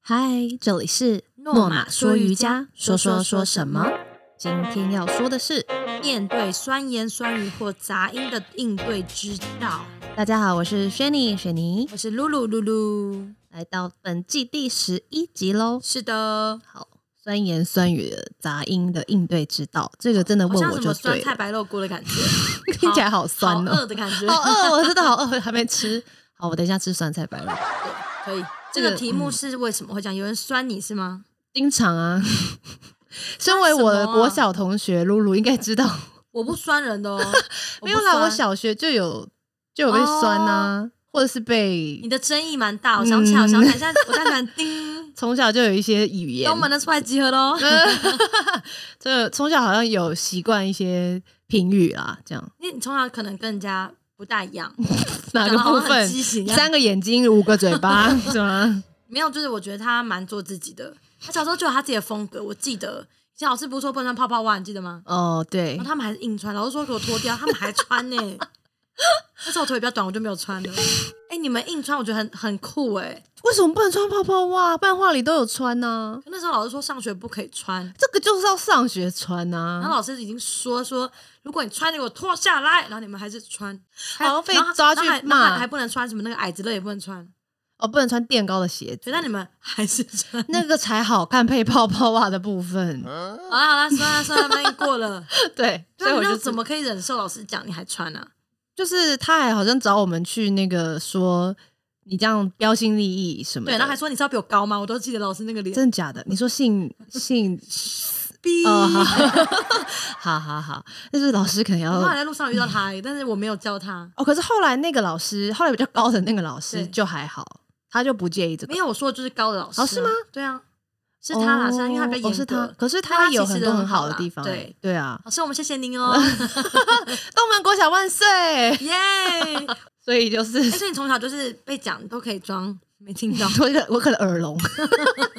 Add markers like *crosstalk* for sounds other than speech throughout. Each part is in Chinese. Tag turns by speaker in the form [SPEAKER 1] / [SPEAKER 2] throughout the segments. [SPEAKER 1] 嗨，这里是
[SPEAKER 2] 诺玛说瑜伽
[SPEAKER 1] 说
[SPEAKER 2] 说
[SPEAKER 1] 说
[SPEAKER 2] 说
[SPEAKER 1] 说
[SPEAKER 2] 说
[SPEAKER 1] 什
[SPEAKER 2] 什
[SPEAKER 1] 么
[SPEAKER 2] 么？
[SPEAKER 1] 今天要说的是，
[SPEAKER 2] 面对酸言酸语或杂音的应对之道。
[SPEAKER 1] 大家好，我是 Shanny 雪妮，
[SPEAKER 2] 我是露露露露，
[SPEAKER 1] 来到本季第十一集喽。
[SPEAKER 2] 是的，
[SPEAKER 1] 好，酸言酸语的杂音的应对之道，这个真的
[SPEAKER 2] 好
[SPEAKER 1] 哎问
[SPEAKER 2] 像
[SPEAKER 1] 我
[SPEAKER 2] 什
[SPEAKER 1] 就
[SPEAKER 2] 么酸
[SPEAKER 1] 对
[SPEAKER 2] 菜
[SPEAKER 1] 了，
[SPEAKER 2] 白肉锅的感觉，
[SPEAKER 1] *laughs* 听起来好酸
[SPEAKER 2] 好
[SPEAKER 1] 哦
[SPEAKER 2] 饿，的感
[SPEAKER 1] *laughs*
[SPEAKER 2] 觉。
[SPEAKER 1] 好饿，我真的好饿，还没吃。好，我等一下吃酸菜白肉。*laughs*
[SPEAKER 2] 可以，
[SPEAKER 1] 这
[SPEAKER 2] 这
[SPEAKER 1] 个
[SPEAKER 2] 个题目是为什么会讲有人酸你是吗？
[SPEAKER 1] 经常
[SPEAKER 2] *laughs*
[SPEAKER 1] 啊，身为我的
[SPEAKER 2] 什么啊
[SPEAKER 1] 国小同学露露应该知道，
[SPEAKER 2] 我不酸人
[SPEAKER 1] *laughs*
[SPEAKER 2] 的哦，不
[SPEAKER 1] 没有啦，
[SPEAKER 2] 酸
[SPEAKER 1] 我小学就有就有被酸啊，或者是被，
[SPEAKER 2] 你的争议蛮大，我想起来，我想起来，现在我在南
[SPEAKER 1] *laughs*
[SPEAKER 2] 丁
[SPEAKER 1] 从小就有一些语言
[SPEAKER 2] 跟我，们的出哦来集合喽。
[SPEAKER 1] 嗯这从小好像有习惯一些评语啦，这
[SPEAKER 2] *laughs*
[SPEAKER 1] 样
[SPEAKER 2] 因为你从小可能跟人家不大一样，
[SPEAKER 1] 哪个部
[SPEAKER 2] 讲得好像
[SPEAKER 1] 分
[SPEAKER 2] 很？畸形一样
[SPEAKER 1] 三个眼睛，五个嘴巴，是
[SPEAKER 2] *laughs*
[SPEAKER 1] 吗？
[SPEAKER 2] 没有，就是我觉得他蛮做自己的。他小时候就有他自己的风格，我记得以前老师不是说不能穿泡泡袜，你记得吗？
[SPEAKER 1] 哦，对
[SPEAKER 2] 然后，他们还是硬穿，老师说给我脱掉，他们还穿呢、 *laughs* 那时候我腿比较短，我就没有穿了。哎、你们硬穿，我觉得很很酷哎、
[SPEAKER 1] 为什么不能穿泡泡袜？漫画里都有穿呢、
[SPEAKER 2] 那时候老师说上学不可以穿，
[SPEAKER 1] 这个就是要上学穿啊
[SPEAKER 2] 然
[SPEAKER 1] 呐、
[SPEAKER 2] 后老师已经说说，如果你穿，你给我脱下来，然后你们还是穿，
[SPEAKER 1] 好像被
[SPEAKER 2] 然后
[SPEAKER 1] 抓去
[SPEAKER 2] 然后还
[SPEAKER 1] 骂
[SPEAKER 2] 然后还还不能穿什么那个矮子乐也不能穿，
[SPEAKER 1] 哦，不能穿垫高的鞋子
[SPEAKER 2] 所以，那你们还是穿。
[SPEAKER 1] *laughs* 那个才好看配泡泡袜的部分。
[SPEAKER 2] 好啦好啦，算了算了，那你
[SPEAKER 1] *laughs*
[SPEAKER 2] 过了。
[SPEAKER 1] 对，所以
[SPEAKER 2] 嗯那
[SPEAKER 1] 我
[SPEAKER 2] 你
[SPEAKER 1] 就
[SPEAKER 2] 要怎么可以忍受老师讲你还穿啊？
[SPEAKER 1] 就是他还好像找我们去那个说你这样标新立异什么的，
[SPEAKER 2] 对，然后还说你是要比我高吗？我都记得老师那个脸。
[SPEAKER 1] 真的假的？你说性性
[SPEAKER 2] 逼
[SPEAKER 1] 哦，好，
[SPEAKER 2] *laughs*
[SPEAKER 1] 好好好，但是老师可能要
[SPEAKER 2] 我后来在路上遇到他，但是我没有叫他。
[SPEAKER 1] 哦。可是后来那个老师，后来比较高的那个老师
[SPEAKER 2] 对
[SPEAKER 1] 就还好，他就不介意这个
[SPEAKER 2] 没。有，我说的就是高的老师、啊。
[SPEAKER 1] 哦是吗？对啊，
[SPEAKER 2] 是他啦，是他，因为他比较
[SPEAKER 1] 哦
[SPEAKER 2] 严格。
[SPEAKER 1] 是他，可是
[SPEAKER 2] 但
[SPEAKER 1] 他
[SPEAKER 2] 他
[SPEAKER 1] 有
[SPEAKER 2] 其实
[SPEAKER 1] 很多
[SPEAKER 2] 人
[SPEAKER 1] 很
[SPEAKER 2] 很好
[SPEAKER 1] 好的
[SPEAKER 2] 啦
[SPEAKER 1] 地方欸。
[SPEAKER 2] 对
[SPEAKER 1] 对啊，
[SPEAKER 2] 老师，我们谢谢您
[SPEAKER 1] *laughs*
[SPEAKER 2] 哦，
[SPEAKER 1] 东门国小万岁！
[SPEAKER 2] 耶！ *laughs* 哎
[SPEAKER 1] 所以就是，
[SPEAKER 2] 所以你从小就是被讲都可以装没听到，
[SPEAKER 1] 我可我可能耳聋，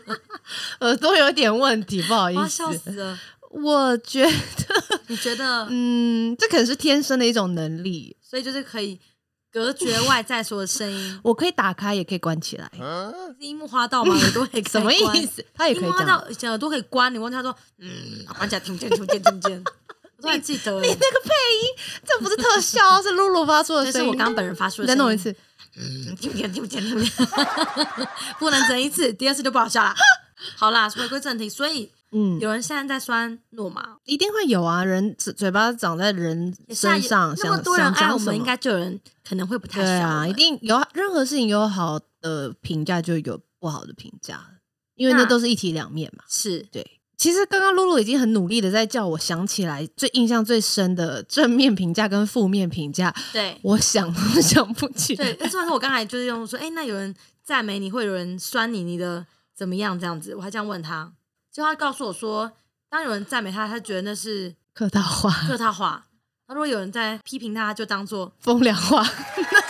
[SPEAKER 1] *laughs* 耳朵有点问题，不好意思
[SPEAKER 2] 哇，笑。死了！
[SPEAKER 1] 我觉得，
[SPEAKER 2] 你觉得？
[SPEAKER 1] *laughs* 嗯，这可能是天生的一种能力。
[SPEAKER 2] 所以就是可以隔绝外在所有的声音，
[SPEAKER 1] 我可以打开，也可以关起来，
[SPEAKER 2] 樱木花道嘛，耳朵可以开
[SPEAKER 1] 什么
[SPEAKER 2] 关
[SPEAKER 1] 意？思？他也
[SPEAKER 2] 樱
[SPEAKER 1] 可以
[SPEAKER 2] 木
[SPEAKER 1] 这样
[SPEAKER 2] 花道。耳朵可以关，你忘记他说，嗯，关起来听见听见听
[SPEAKER 1] *laughs*
[SPEAKER 2] 见，我都还记得
[SPEAKER 1] 你
[SPEAKER 2] 欸。
[SPEAKER 1] 那个配音，这不是特效啊，是露露发出的
[SPEAKER 2] 这是
[SPEAKER 1] 声音。
[SPEAKER 2] 我刚本人发出
[SPEAKER 1] 你
[SPEAKER 2] 的
[SPEAKER 1] 再
[SPEAKER 2] 声音。
[SPEAKER 1] 弄一次，嗯
[SPEAKER 2] 听不见，听不见，听不见， *laughs* 不能整一次，第二次就不好笑了。 *laughs* 好啦，回归正题，所以
[SPEAKER 1] 嗯，
[SPEAKER 2] 有人现在在酸诺玛，
[SPEAKER 1] 一定会有啊，人嘴嘴巴长在人
[SPEAKER 2] 也是啊
[SPEAKER 1] 身上，
[SPEAKER 2] 那么
[SPEAKER 1] 想
[SPEAKER 2] 多人
[SPEAKER 1] 想
[SPEAKER 2] 爱我
[SPEAKER 1] 讲什
[SPEAKER 2] 们，应
[SPEAKER 1] 么？
[SPEAKER 2] 该就有人可能会不太
[SPEAKER 1] 对
[SPEAKER 2] 喜欢我
[SPEAKER 1] 啊，
[SPEAKER 2] 们
[SPEAKER 1] 一定有任何事情有好的评价，就有不好的评价，因为那
[SPEAKER 2] 那
[SPEAKER 1] 都是一体两面嘛。
[SPEAKER 2] 是
[SPEAKER 1] 对，其实刚刚露露已经很努力的在叫我想起来最印象最深的正面评价跟负面评价， *laughs*
[SPEAKER 2] 对
[SPEAKER 1] 我想都想不起来
[SPEAKER 2] 对。。但是我刚才就是用说，哎、那有人赞美你，会有人酸你，你的怎么样？这样子，我还这样问他，就他告诉我说，当有人赞美他，他觉得那是
[SPEAKER 1] 客套话、
[SPEAKER 2] 客
[SPEAKER 1] *laughs*
[SPEAKER 2] 套话；他如果有人在批评他，他就当做
[SPEAKER 1] 风凉话。 *laughs*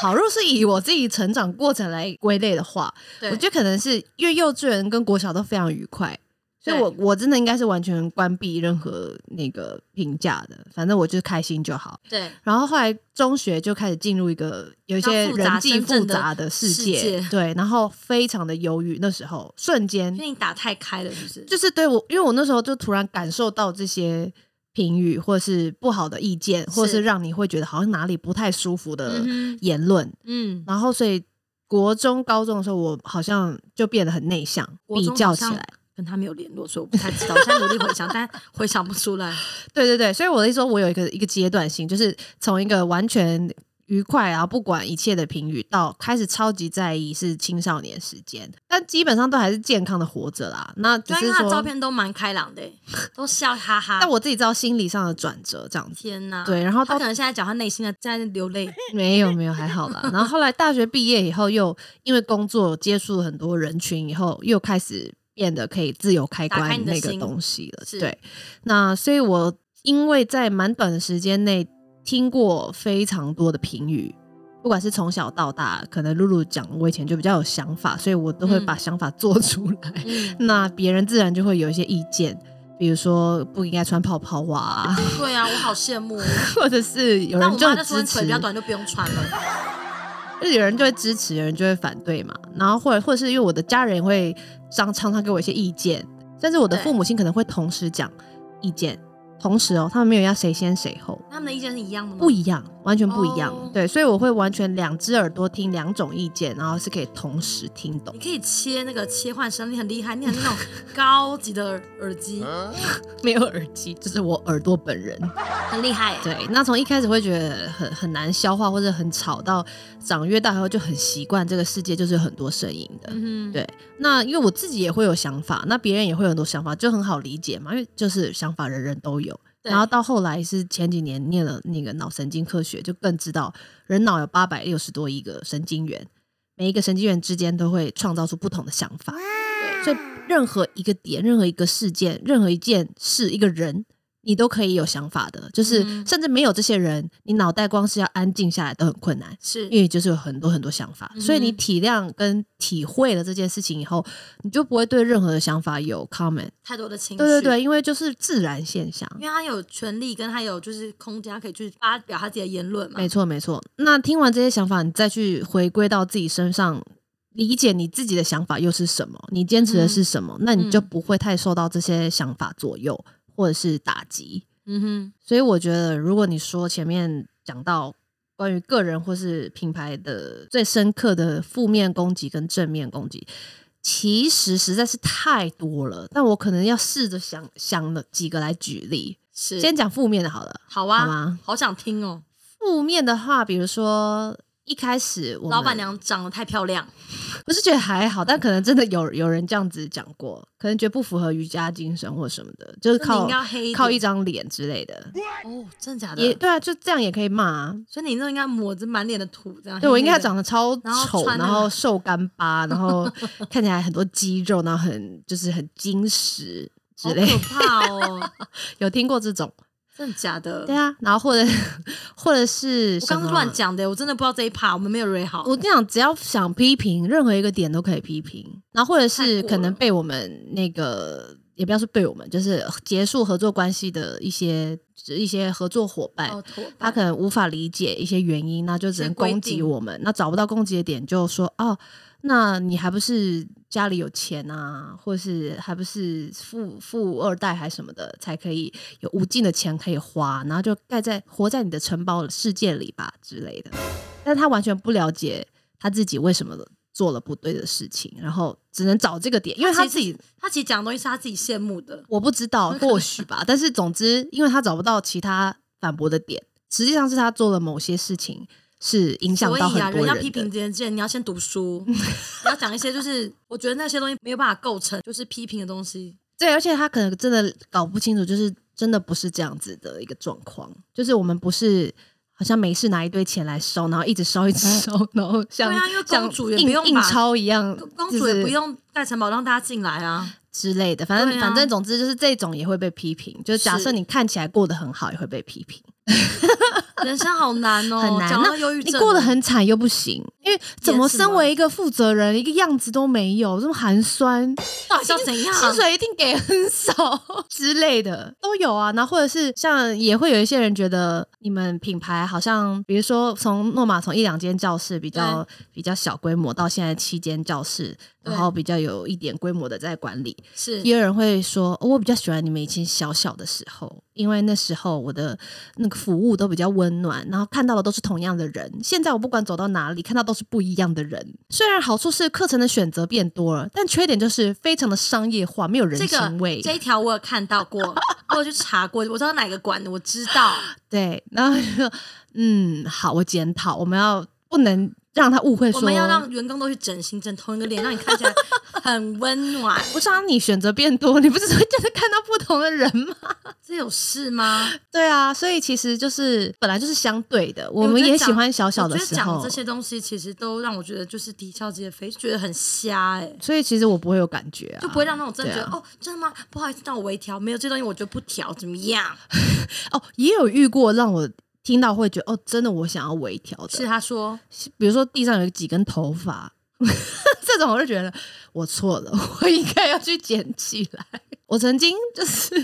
[SPEAKER 1] 好，如果是以我自己成长过程来归类的话，
[SPEAKER 2] 对，
[SPEAKER 1] 我觉得可能是因为幼稚园跟国小都非常愉快，所以
[SPEAKER 2] 对
[SPEAKER 1] 我我真的应该是完全关闭任何那个评价的，反正我就是开心就好。
[SPEAKER 2] 对。
[SPEAKER 1] 然后后来中学就开始进入一个有一些
[SPEAKER 2] 比较复杂
[SPEAKER 1] 人际
[SPEAKER 2] 真正
[SPEAKER 1] 复
[SPEAKER 2] 的
[SPEAKER 1] 杂的世界，
[SPEAKER 2] 世界
[SPEAKER 1] 对，然后非常的忧郁。那时候瞬间
[SPEAKER 2] 因为你打太开了，是不是？
[SPEAKER 1] 就是对我，因为我那时候就突然感受到这些评语，或是不好的意见，或是让你会觉得好像哪里不太舒服的
[SPEAKER 2] 嗯哼
[SPEAKER 1] 言论。
[SPEAKER 2] 嗯，
[SPEAKER 1] 然后，所以国中、高中的时候，我好像就变得很内向，
[SPEAKER 2] 国
[SPEAKER 1] 比
[SPEAKER 2] 中
[SPEAKER 1] 较
[SPEAKER 2] 好
[SPEAKER 1] 起
[SPEAKER 2] 像
[SPEAKER 1] 来。
[SPEAKER 2] 跟他没有联络，所以我不太知道。我现在努力回想， *laughs* 但回想不出来。
[SPEAKER 1] 对对对，所以我的意思说，我有一个一个阶段性，就是从一个完全愉快，然后不管一切的评语，到开始超级在意是青少年时间，但基本上都还是健康的活着啦。那只
[SPEAKER 2] *laughs* 对啊，
[SPEAKER 1] 是
[SPEAKER 2] 因为
[SPEAKER 1] 说，
[SPEAKER 2] 他的照片都蛮开朗的欸，都笑哈哈。
[SPEAKER 1] 但我自己知道心理上的转折这样子。
[SPEAKER 2] 天哪，
[SPEAKER 1] 对，然后到
[SPEAKER 2] 啊他可能现在讲他内心的在流泪。
[SPEAKER 1] *laughs* 没有没有，还好啦。然后后来大学毕业以后，又因为工作接触了很多人群以后，又开始变得可以自由开
[SPEAKER 2] 打开
[SPEAKER 1] 关
[SPEAKER 2] 你的
[SPEAKER 1] 那个
[SPEAKER 2] 心
[SPEAKER 1] 东西了。
[SPEAKER 2] 是
[SPEAKER 1] 对，那所以我因为在蛮短的时间内听过非常多的评语。不管是从小到大，可能露露讲，我以前就比较有想法，所以我都会
[SPEAKER 2] 嗯
[SPEAKER 1] 把想法做出来。 *laughs*
[SPEAKER 2] 嗯，
[SPEAKER 1] 那别人自然就会有一些意见，比如说不应该穿泡泡袜、啊， *laughs*
[SPEAKER 2] 对啊，我好羡慕哦。
[SPEAKER 1] 或者是有
[SPEAKER 2] 但
[SPEAKER 1] 人
[SPEAKER 2] 我
[SPEAKER 1] 就
[SPEAKER 2] 妈
[SPEAKER 1] 很
[SPEAKER 2] 就说
[SPEAKER 1] 支
[SPEAKER 2] 你
[SPEAKER 1] 持。
[SPEAKER 2] 腿比较短就不用穿了。
[SPEAKER 1] 就有人就会支持，有人就会反对嘛。然后或者或者是因为我的家人也会常常常给我一些意见，甚至我的
[SPEAKER 2] 对
[SPEAKER 1] 父母亲可能会同时讲意见，同时哦，他们没有要谁先谁后，
[SPEAKER 2] 他们的意见是一样的吗？
[SPEAKER 1] 不一样，完全不一样。
[SPEAKER 2] 哦
[SPEAKER 1] 对，所以我会完全两只耳朵听两种意见，然后是可以同时听懂
[SPEAKER 2] 你。可以切那个切换声，你很厉害，你很 *laughs* 那种高级的耳耳机，
[SPEAKER 1] 没有耳机，这、是我耳朵本人。
[SPEAKER 2] 很厉害。欸
[SPEAKER 1] 对，那从一开始会觉得很很难消化或者很吵，到长越大以后就很习惯这个世界就是有很多声音的。
[SPEAKER 2] 嗯哼，
[SPEAKER 1] 对那因为我自己也会有想法，那别人也会有很多想法，就很好理解嘛，因为就是想法人人都有。
[SPEAKER 2] 对
[SPEAKER 1] 然后到后来是前几年念了那个脑神经科学，就更知道人脑有八百六十多亿个神经元，每一个神经元之间都会创造出不同的想法，所以任何一个点、任何一个事件、任何一件事、一个人，你都可以有想法的。就是
[SPEAKER 2] 嗯
[SPEAKER 1] 甚至没有这些人，你脑袋光是要安静下来都很困难。
[SPEAKER 2] 是
[SPEAKER 1] 因为就是有很多很多想法，
[SPEAKER 2] 嗯哼
[SPEAKER 1] 所以你体谅跟体会了这件事情以后，你就不会对任何的想法有 comment。
[SPEAKER 2] 太多的情绪。
[SPEAKER 1] 对对对，因为就是自然现象。
[SPEAKER 2] 因为他有权利，跟他有就是空间，他可以去发表他自己的言论嘛
[SPEAKER 1] 没。错没错。那听完这些想法，你再去回归到自己身上，理解你自己的想法又是什么，你坚持的
[SPEAKER 2] 嗯
[SPEAKER 1] 是什么，那你就不会太受到这些想法左右或者是打击。
[SPEAKER 2] 嗯哼，
[SPEAKER 1] 所以我觉得，如果你说前面讲到关于个人或是品牌的最深刻的负面攻击跟正面攻击，其实实在是太多了。但我可能要试着想想了几个来举例，
[SPEAKER 2] 是。
[SPEAKER 1] 先讲负面的好了。
[SPEAKER 2] 好
[SPEAKER 1] 好
[SPEAKER 2] 啊，
[SPEAKER 1] 吗？
[SPEAKER 2] 好想听哦。
[SPEAKER 1] 负面的话，比如说一开始我们
[SPEAKER 2] 老板娘长得太漂亮，
[SPEAKER 1] 不是觉得还好，但可能真的有有人这样子讲过，可能觉得不符合瑜伽精神或什么的，就是
[SPEAKER 2] 那你应
[SPEAKER 1] 靠
[SPEAKER 2] 该要黑
[SPEAKER 1] 靠一
[SPEAKER 2] 点
[SPEAKER 1] 张脸之类的，
[SPEAKER 2] 哦，真的假的
[SPEAKER 1] 也？对啊，就这样也可以骂啊。
[SPEAKER 2] 所以你那应该抹着满脸的土这样。
[SPEAKER 1] 对我应该
[SPEAKER 2] 长。
[SPEAKER 1] 长得超
[SPEAKER 2] 然后
[SPEAKER 1] 丑，
[SPEAKER 2] 穿那啊
[SPEAKER 1] 然
[SPEAKER 2] 个
[SPEAKER 1] 后瘦干巴，然
[SPEAKER 2] *laughs*
[SPEAKER 1] 后看起来很多肌肉，然后很就是很精实之
[SPEAKER 2] 好
[SPEAKER 1] 类，
[SPEAKER 2] 可
[SPEAKER 1] *laughs*
[SPEAKER 2] 怕哦！
[SPEAKER 1] 有听过这种？
[SPEAKER 2] 真的假的？
[SPEAKER 1] 对啊，然后或者或者是
[SPEAKER 2] 我刚刚
[SPEAKER 1] 什么
[SPEAKER 2] 乱。讲的，我真的不知道这一趴，我们没有 r 好。
[SPEAKER 1] 我跟你讲，只要想批评任何一个点都可以批评，然后或者是
[SPEAKER 2] 太过
[SPEAKER 1] 可能
[SPEAKER 2] 了
[SPEAKER 1] 被我们那个也不要说被我们，就是结束合作关系的一些一些合作伙伴，
[SPEAKER 2] 哦，妥
[SPEAKER 1] 他可能无法理解一些原因，那就只能攻
[SPEAKER 2] 一些规
[SPEAKER 1] 击
[SPEAKER 2] 定
[SPEAKER 1] 我们。那找不到攻击的点，就说哦，那你还不是家里有钱啊，或是还不是富富二代还什么的，才可以有无尽的钱可以花，然后就盖在活在你的城堡世界里吧之类的。但他完全不了解他自己为什么做了不对的事情，然后只能找这个点，因为他自己
[SPEAKER 2] 他其实讲的东西是他自己羡慕的，
[SPEAKER 1] 我不知
[SPEAKER 2] *laughs*
[SPEAKER 1] 道，或许吧。但是总之，因为他找不到其他反驳的点，实际上是他做了某些事情是影响
[SPEAKER 2] 所
[SPEAKER 1] 到
[SPEAKER 2] 以啊，
[SPEAKER 1] 很多
[SPEAKER 2] 人要
[SPEAKER 1] 的
[SPEAKER 2] 批评别人之前，你要先
[SPEAKER 1] *laughs*
[SPEAKER 2] 读书，你要讲一些就是我觉得那些东西没有办法构成就是批评的东西。
[SPEAKER 1] 对，而且他可能真的搞不清楚，就是真的不是这样子的一个状况，就是我们不是。好像没事拿一堆钱来收，然后一直收一直收，然后像、
[SPEAKER 2] 嗯对啊因为
[SPEAKER 1] 像
[SPEAKER 2] 公主也不
[SPEAKER 1] 印
[SPEAKER 2] 用
[SPEAKER 1] 印
[SPEAKER 2] 把
[SPEAKER 1] 钞一样，
[SPEAKER 2] 公
[SPEAKER 1] 就
[SPEAKER 2] 主也
[SPEAKER 1] 是
[SPEAKER 2] 不用盖城堡让大家进来啊，
[SPEAKER 1] 之类的，反正、
[SPEAKER 2] 对啊
[SPEAKER 1] 反正总之就是这种也会被批评。就是假设
[SPEAKER 2] 是
[SPEAKER 1] 你看起来过得很好，也会被批评。
[SPEAKER 2] 人生好难哦，
[SPEAKER 1] 很难
[SPEAKER 2] 讲到
[SPEAKER 1] 那
[SPEAKER 2] 忧郁
[SPEAKER 1] 你
[SPEAKER 2] 症，
[SPEAKER 1] 过
[SPEAKER 2] *laughs*
[SPEAKER 1] 得很惨又不行，因为怎么身为一个负责人，一个样子都没有，这么寒酸，
[SPEAKER 2] 到底要怎样？啊
[SPEAKER 1] 薪水一定给很少之类
[SPEAKER 2] *laughs*
[SPEAKER 1] 的都有啊。然后或者是像也会有一些人觉得你们品牌好像，比如说从诺玛从一两间教室比较比较小规模，到现在七间教室，
[SPEAKER 2] 对
[SPEAKER 1] 然后比较有一点规模的在管理，
[SPEAKER 2] 是
[SPEAKER 1] 也有人会说、哦我比较喜欢你们以前小小的时候，因为那时候我的那个服务都比较温暖，然后看到的都是同样的人。现在我不管走到哪里，看到都是不一样的人。虽然好处是课程的选择变多了，但缺点就是非常的商业化，没有人
[SPEAKER 2] 这
[SPEAKER 1] 情味。
[SPEAKER 2] 个这一条我有看到过，我有去查过，我知道哪个馆的，我知道。
[SPEAKER 1] 对，然后就嗯，好，我检讨，我们要不能让他误会
[SPEAKER 2] 我
[SPEAKER 1] 说
[SPEAKER 2] 们要让员工都去整形，整同一个脸，让你看起来很温暖。
[SPEAKER 1] 不是啊，你选择变多，你不是会真的看到不同的人吗？ *laughs*
[SPEAKER 2] 这有事吗？
[SPEAKER 1] 对啊，所以其实就是本来就是相对的，我们
[SPEAKER 2] 觉得
[SPEAKER 1] 也
[SPEAKER 2] 讲
[SPEAKER 1] 喜欢小
[SPEAKER 2] 我
[SPEAKER 1] 小
[SPEAKER 2] 觉
[SPEAKER 1] 的
[SPEAKER 2] 得
[SPEAKER 1] 时
[SPEAKER 2] 讲
[SPEAKER 1] 候
[SPEAKER 2] 这。些东西，其实都让我觉得就是啼笑皆非，就觉得很瞎哎、
[SPEAKER 1] 所以其实我不会有感觉啊，
[SPEAKER 2] 就不会让那种真的觉
[SPEAKER 1] 对
[SPEAKER 2] 得、
[SPEAKER 1] 啊
[SPEAKER 2] 哦，真的吗？不好意思，让我微调，没有这东西我觉得不调怎么样？
[SPEAKER 1] 哦，也有遇过让我听到会觉得哦，真的我想要微调
[SPEAKER 2] 是
[SPEAKER 1] 的，*laughs*
[SPEAKER 2] 他说，
[SPEAKER 1] 比如说地上有几根头发， *laughs* 这种我就觉得我错了，我应该要去捡起来。我曾 *laughs* 经就是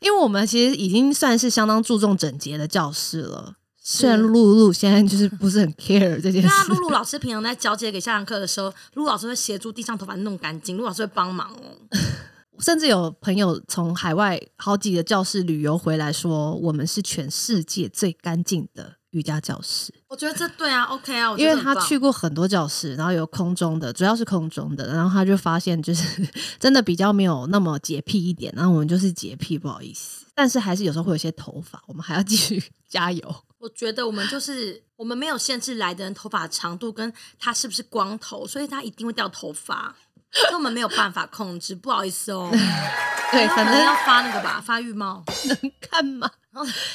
[SPEAKER 1] 因为我们其实已经算是相当注重整洁的教室了。虽然露露现在就是不是很 care 这件
[SPEAKER 2] 因为啊
[SPEAKER 1] 事
[SPEAKER 2] 露，露老师平常在交接给下堂课的时候，露露老师会协助地上头发弄干净，露露老师会帮忙哦。
[SPEAKER 1] 甚至有朋友从海外好几个教室旅游回来说，我们是全世界最干净的瑜伽教室。
[SPEAKER 2] 我觉得这对啊，OK 啊，我觉
[SPEAKER 1] 因
[SPEAKER 2] 得
[SPEAKER 1] 为
[SPEAKER 2] 很
[SPEAKER 1] 他
[SPEAKER 2] 棒
[SPEAKER 1] 去过很多教室，然后有空中的，主要是空中的，然后他就发现就是 *laughs* 真的比较没有那么洁癖一点，然后我们就是洁癖，不好意思，但是还是有时候会有些头发，我们还要继续 *laughs* 加油。
[SPEAKER 2] 我觉得我们就是我们没有限制来的人头发长度跟他是不是光头，所以他一定会掉头发，所以我们没有办法控制，不好意思哦。
[SPEAKER 1] *laughs* 对，
[SPEAKER 2] 那
[SPEAKER 1] 反
[SPEAKER 2] 可能要
[SPEAKER 1] 正
[SPEAKER 2] 发那个吧，发浴帽，
[SPEAKER 1] 干嘛，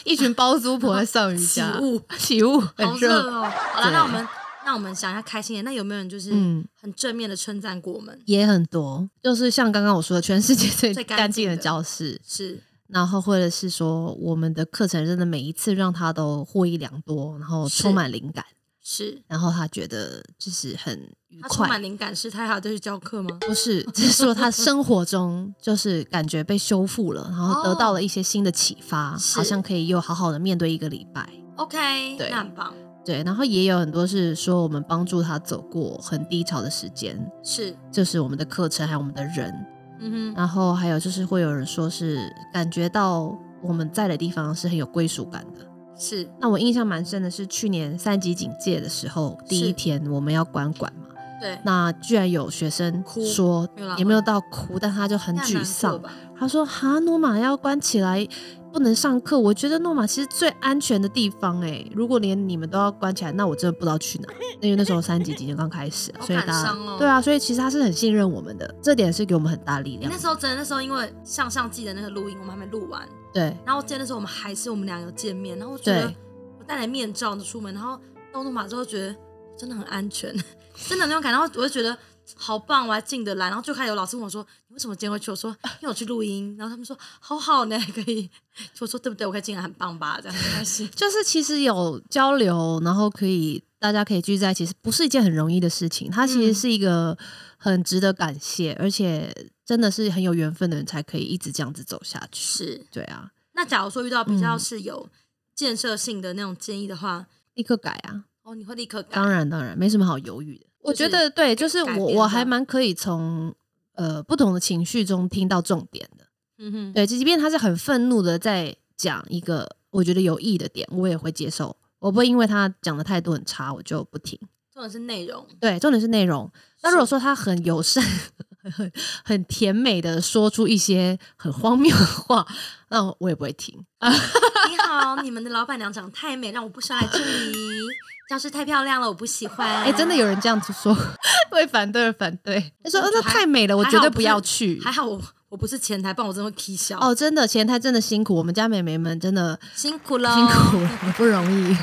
[SPEAKER 1] 一群包租婆在上瑜
[SPEAKER 2] 哦 *laughs* 起
[SPEAKER 1] 伽，
[SPEAKER 2] 雾，
[SPEAKER 1] 起雾
[SPEAKER 2] 好
[SPEAKER 1] 啊很
[SPEAKER 2] 热
[SPEAKER 1] 热，
[SPEAKER 2] 哦。好了，
[SPEAKER 1] 对
[SPEAKER 2] 那我们那我们想一下开心一点，那有没有人就是
[SPEAKER 1] 嗯
[SPEAKER 2] 很正面的称赞过我们？
[SPEAKER 1] 也很多，就是像刚刚我说的，全世界最
[SPEAKER 2] 最干
[SPEAKER 1] 干
[SPEAKER 2] 净
[SPEAKER 1] 净的
[SPEAKER 2] 的
[SPEAKER 1] 教室，
[SPEAKER 2] 是
[SPEAKER 1] 然后或者是说我们的课程真的每一次让他都获益良多，然后
[SPEAKER 2] 是
[SPEAKER 1] 充满灵感。
[SPEAKER 2] 是，
[SPEAKER 1] 然后他觉得就是很愉
[SPEAKER 2] 他充满
[SPEAKER 1] 快，
[SPEAKER 2] 灵感，是他还要再去教课吗？
[SPEAKER 1] 不是，只是说他生活中就是感觉被修复了，然后得到了一些新的启发，
[SPEAKER 2] 哦是
[SPEAKER 1] 好像可以又好好的面对一个礼拜。*laughs*
[SPEAKER 2] OK，
[SPEAKER 1] 对
[SPEAKER 2] 那很棒，
[SPEAKER 1] 对，然后也有很多是说我们帮助他走过很低潮的时间，
[SPEAKER 2] 是，
[SPEAKER 1] 就是我们的课程还有我们的人，
[SPEAKER 2] 嗯哼，
[SPEAKER 1] 然后还有就是会有人说是感觉到我们在的地方是很有归属感的。
[SPEAKER 2] 是
[SPEAKER 1] 那我印象蛮深的是去年三级警戒的时候，第
[SPEAKER 2] 是
[SPEAKER 1] 一天我们要管管嘛，
[SPEAKER 2] 对，
[SPEAKER 1] 那居然有学生
[SPEAKER 2] 哭
[SPEAKER 1] 说
[SPEAKER 2] 没有啦
[SPEAKER 1] 也没有到哭，但他就很
[SPEAKER 2] 那难
[SPEAKER 1] 沮
[SPEAKER 2] 过
[SPEAKER 1] 丧。
[SPEAKER 2] 吧？
[SPEAKER 1] 他说：“哈，诺玛要关起来，不能上课。我觉得诺玛其实最安全的地方、哎，如果连你们都要关起来，那我真的不知道
[SPEAKER 2] *laughs*
[SPEAKER 1] 去哪。因为那时候三级警戒刚开始啊，
[SPEAKER 2] 好
[SPEAKER 1] 所以大
[SPEAKER 2] 感
[SPEAKER 1] 家、
[SPEAKER 2] 伤哦
[SPEAKER 1] 对啊，所以其实他是很信任我们的，这点是给我们很大力
[SPEAKER 2] 欸
[SPEAKER 1] 量
[SPEAKER 2] 那。时候真的，那时候因为上上季的那个录音，我们还没录完，
[SPEAKER 1] 对，
[SPEAKER 2] 然后记得那时候我们还是我们俩有见面，然后我觉得
[SPEAKER 1] 对
[SPEAKER 2] 我戴了面罩出门，然后到诺马之后觉得真的很安全，真的那种感觉，然后我就觉得好棒，我还进得来，然后就开始有老师问我说你为什么今天会去？我说因为我去录音，然后他们说好好呢，可以，我说对不对？我可以进来，很棒吧？这样没关
[SPEAKER 1] *laughs*
[SPEAKER 2] 系，
[SPEAKER 1] 就是其实有交流，然后可以大家可以聚在一起，是不是一件很容易的事情？它其
[SPEAKER 2] 嗯
[SPEAKER 1] 实是一个很值得感谢，而且真的是很有缘分的人才可以一直这样子走下去。
[SPEAKER 2] 是。
[SPEAKER 1] 对啊，
[SPEAKER 2] 那假如说遇到比较
[SPEAKER 1] 嗯
[SPEAKER 2] 是有建设性的那种建议的话，
[SPEAKER 1] 立刻改啊！
[SPEAKER 2] 哦，你会立刻改
[SPEAKER 1] 当然，当然，没什么好犹豫的。我
[SPEAKER 2] 就是
[SPEAKER 1] 觉得对，就是
[SPEAKER 2] 改
[SPEAKER 1] 我
[SPEAKER 2] 变
[SPEAKER 1] 我
[SPEAKER 2] 它
[SPEAKER 1] 还蛮可以从呃不同的情绪中听到重点的。
[SPEAKER 2] 嗯哼，
[SPEAKER 1] 对，即便他是很愤怒的在讲一个我觉得有益的点，我也会接受。我不会因为他讲的态度很差，我就不听。
[SPEAKER 2] 重点是内容，
[SPEAKER 1] 对，重点是内容。那如果说他很友善、很很甜美的说出一些很荒谬的话，那我也不会听。
[SPEAKER 2] *laughs* 你好，你们的老板娘长得太美，让我不想来这里。教室太漂亮了，我不喜欢。
[SPEAKER 1] 哎、真的有人这样子说， *laughs* 为反对而反对。他说：“
[SPEAKER 2] 我
[SPEAKER 1] 哦，
[SPEAKER 2] 觉
[SPEAKER 1] 那
[SPEAKER 2] 得还
[SPEAKER 1] 太美了，我
[SPEAKER 2] 还
[SPEAKER 1] 绝
[SPEAKER 2] 好
[SPEAKER 1] 对
[SPEAKER 2] 不
[SPEAKER 1] 不
[SPEAKER 2] 是
[SPEAKER 1] 要去。”
[SPEAKER 2] 还好我我不是前台，不然我真的会踢笑。
[SPEAKER 1] 哦，真的，前台真的辛苦，我们家美眉们真的
[SPEAKER 2] 辛苦了，
[SPEAKER 1] *laughs* 辛苦了，不容
[SPEAKER 2] *laughs*
[SPEAKER 1] 易。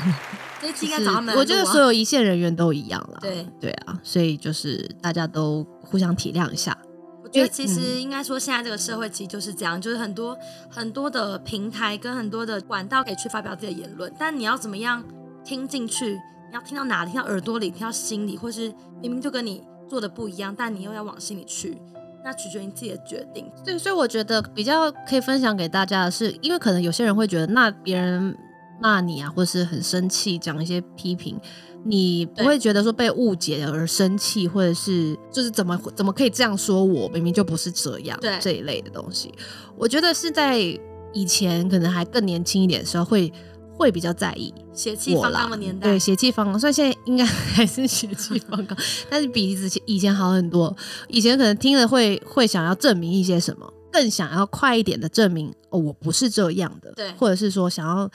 [SPEAKER 2] 这一期
[SPEAKER 1] 就是
[SPEAKER 2] 应该找他们来录啊。
[SPEAKER 1] 我觉得所有一线人员都一样啦。
[SPEAKER 2] 对
[SPEAKER 1] 对啊，所以就是大家都互相体谅一下。
[SPEAKER 2] 我觉得其
[SPEAKER 1] 嗯
[SPEAKER 2] 实应该说，现在这个社会其实就是这样，就是很多很多的平台跟很多的管道可以去发表自己的言论，但你要怎么样听进去？你要听到哪里？听到耳朵里，听到心里，或是明明就跟你做的不一样，但你又要往心里去，那取决于你自己的决定。
[SPEAKER 1] 对，所以我觉得比较可以分享给大家的是，因为可能有些人会觉得，那别人骂你啊，或是很生气，讲一些批评，你不
[SPEAKER 2] 对
[SPEAKER 1] 会觉得说被误解而生气，或者是就是怎么怎么可以这样说我，明明就不是这样，
[SPEAKER 2] 对
[SPEAKER 1] 这一类的东西，我觉得是在以前可能还更年轻一点的时候会。会比较在意
[SPEAKER 2] 血气
[SPEAKER 1] 我
[SPEAKER 2] 方
[SPEAKER 1] 啦
[SPEAKER 2] 刚的年，代
[SPEAKER 1] 对，血气方刚，虽然现在应该 *laughs* 还是血气方刚， *laughs* 但是比之前以前好很多。以前可能听了会会想要证明一些什么，更想要快一点的证明哦，我不是这样的，
[SPEAKER 2] 对
[SPEAKER 1] 或者是说想要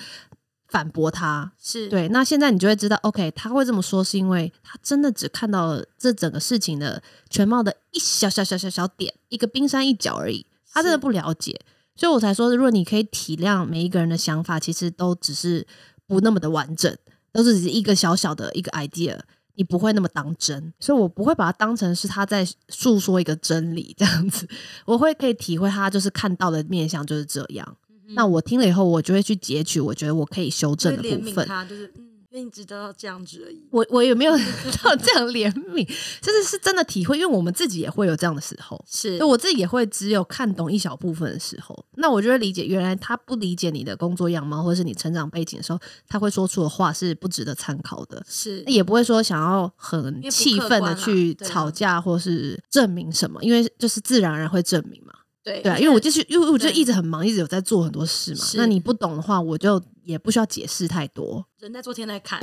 [SPEAKER 1] 反驳他，
[SPEAKER 2] 是，
[SPEAKER 1] 对。那现在你就会知道，OK，他会这么说是因为他真的只看到了这整个事情的全貌的一小小小小小点，一个冰山一角而已，他真的
[SPEAKER 2] 是
[SPEAKER 1] 不了解。所以我才说，如果你可以体谅每一个人的想法，其实都只是不那么的完整，都是只是一个小小的一个 idea，你不会那么当真。所以我不会把它当成是他在诉说一个真理这样子，我会可以体会他就是看到的面相就是这样。那我听了以后，我就会去截取我觉得我可以修
[SPEAKER 2] 嗯就
[SPEAKER 1] 正
[SPEAKER 2] 是
[SPEAKER 1] 的
[SPEAKER 2] 怜
[SPEAKER 1] 部
[SPEAKER 2] 悯
[SPEAKER 1] 分。
[SPEAKER 2] 他，就是嗯，因为你只得到这样子而已。
[SPEAKER 1] 我我也没有 *laughs* 到这样怜悯，就是是真的体会，因为我们自己也会有这样的时候，
[SPEAKER 2] 是
[SPEAKER 1] 对我自己也会只有看懂一小部分的时候，那我就会理解，原来他不理解你的工作样貌或是你成长背景的时候，他会说出的话是不值得参考的，
[SPEAKER 2] 是，
[SPEAKER 1] 也不会说想要很
[SPEAKER 2] 因为不
[SPEAKER 1] 气
[SPEAKER 2] 客
[SPEAKER 1] 愤
[SPEAKER 2] 观
[SPEAKER 1] 的
[SPEAKER 2] 啦
[SPEAKER 1] 去
[SPEAKER 2] 对啊
[SPEAKER 1] 吵架或是证明什么，因为就是自然而然会证明嘛。
[SPEAKER 2] 对
[SPEAKER 1] 对啊，
[SPEAKER 2] 而
[SPEAKER 1] 因为我就
[SPEAKER 2] 且
[SPEAKER 1] 是因为我就
[SPEAKER 2] 对
[SPEAKER 1] 一直很忙，一直有在做很多事嘛。
[SPEAKER 2] 是
[SPEAKER 1] 那你不懂的话，我就也不需要解释太多。
[SPEAKER 2] 人在做天
[SPEAKER 1] *laughs*
[SPEAKER 2] 在看，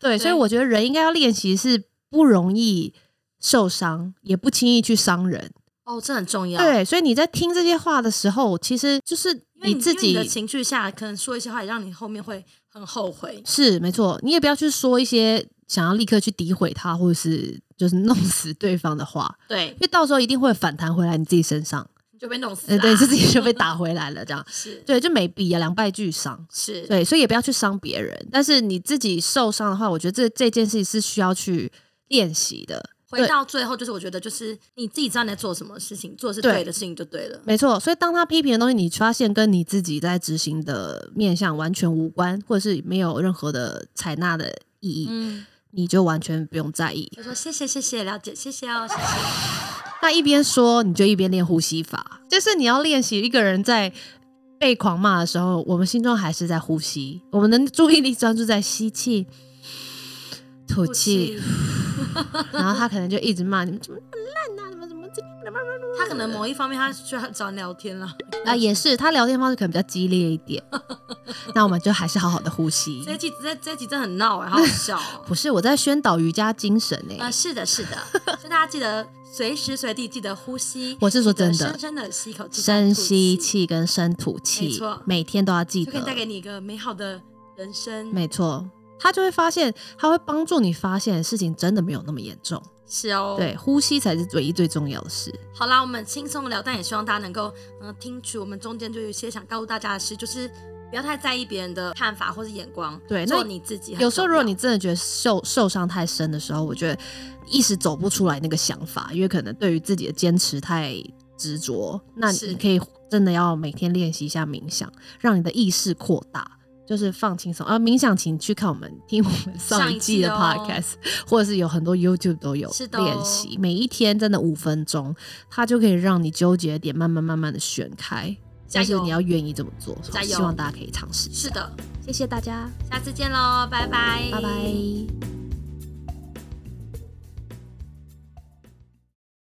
[SPEAKER 1] 对，所以我觉得人应该要练习是不容易受伤，也不轻易去伤人。
[SPEAKER 2] 哦，这很重要。
[SPEAKER 1] 对，所以你在听这些话的时候，其实就是
[SPEAKER 2] 因为你
[SPEAKER 1] 自
[SPEAKER 2] 因为你
[SPEAKER 1] 己
[SPEAKER 2] 的情绪下，可能说一些话，也让你后面会很后悔。
[SPEAKER 1] 是没错，你也不要去说一些想要立刻去诋毁他，或者是就是弄死对方的话，
[SPEAKER 2] 对
[SPEAKER 1] 因，为到时候一定会反弹回来你自己身上。
[SPEAKER 2] 你就被弄死
[SPEAKER 1] 呃，
[SPEAKER 2] 了。
[SPEAKER 1] 对，自己就被打回来了，这样。
[SPEAKER 2] 是
[SPEAKER 1] 对，就没必要，两败俱伤。
[SPEAKER 2] 是，
[SPEAKER 1] 对，所以也不要去伤别人。但是你自己受伤的话，我觉得这这件事情是需要去练习的。
[SPEAKER 2] 回到最后，就是我觉得就是你自己知道你在做什么事情，做的是
[SPEAKER 1] 对
[SPEAKER 2] 对的事情就对了。
[SPEAKER 1] 没错，所以当他批评的东西，你发现跟你自己在执行的面向完全无关，或者是没有任何的采纳的意义，
[SPEAKER 2] 嗯，
[SPEAKER 1] 你就完全不用在意。
[SPEAKER 2] 就说谢谢谢谢了解，谢谢哦，谢谢。
[SPEAKER 1] 那一边说，你就一边练呼吸法，就是你要练习一个人在被狂骂的时候，我们心中还是在呼吸，我们的注意力专注在吸气、吐
[SPEAKER 2] 不
[SPEAKER 1] 气，
[SPEAKER 2] 气，
[SPEAKER 1] 然后他可能就一直骂你们怎么那么烂呐、你们怎么这个
[SPEAKER 2] 他可能某一方面他需要找你聊天了。
[SPEAKER 1] 啊也是，他聊天方式可能比较激烈一 *laughs* 点，那我们就还是好好的呼吸
[SPEAKER 2] 这。一集这这一集真的很闹哎，好好笑哦。
[SPEAKER 1] 不是我在宣导瑜伽精神欸呢、
[SPEAKER 2] 啊，是的，是的，所以大家记得随时随地记得呼吸。
[SPEAKER 1] 我是说真的
[SPEAKER 2] 记得深深的吸一口气，
[SPEAKER 1] 深吸
[SPEAKER 2] 吐，
[SPEAKER 1] 气跟深吐
[SPEAKER 2] 没
[SPEAKER 1] 气
[SPEAKER 2] 错，
[SPEAKER 1] 每天都要记
[SPEAKER 2] 就可以带给
[SPEAKER 1] 得。
[SPEAKER 2] 你一个美好的人生。
[SPEAKER 1] 没错，他就会发现，他会帮助你发现事情真的没有那么严重。
[SPEAKER 2] 是哦，。
[SPEAKER 1] 对，呼吸才是唯一最重要的事。
[SPEAKER 2] 好啦，我们轻松地聊，但也希望大家能够嗯、呃听取我们中间就有一些想告诉大家的事，就是不要太在意别人的看法或是眼光，
[SPEAKER 1] 对那
[SPEAKER 2] 做你自己很重要。
[SPEAKER 1] 有时候，如果你真的觉得受受伤太深的时候，我觉得一时走不出来那个想法，因为可能对于自己的坚持太执着，那
[SPEAKER 2] 是
[SPEAKER 1] 你可以真的要每天练习一下冥想，让你的意识扩大。就是放轻松啊！冥想，请去看我们听我们上
[SPEAKER 2] 上
[SPEAKER 1] 一
[SPEAKER 2] 一
[SPEAKER 1] 季的
[SPEAKER 2] 季哦
[SPEAKER 1] podcast，、或者是有很多 YouTube 都有
[SPEAKER 2] 是的哦
[SPEAKER 1] 练习。每一天真的五分钟，它就可以让你纠结的点慢慢慢慢的旋开。
[SPEAKER 2] 加
[SPEAKER 1] 但
[SPEAKER 2] 油
[SPEAKER 1] 是你要愿意这么做，
[SPEAKER 2] 加油
[SPEAKER 1] 希望大家可以尝试。
[SPEAKER 2] 是的，
[SPEAKER 1] 谢谢大家，
[SPEAKER 2] 下次见喽，拜拜，
[SPEAKER 1] 拜拜。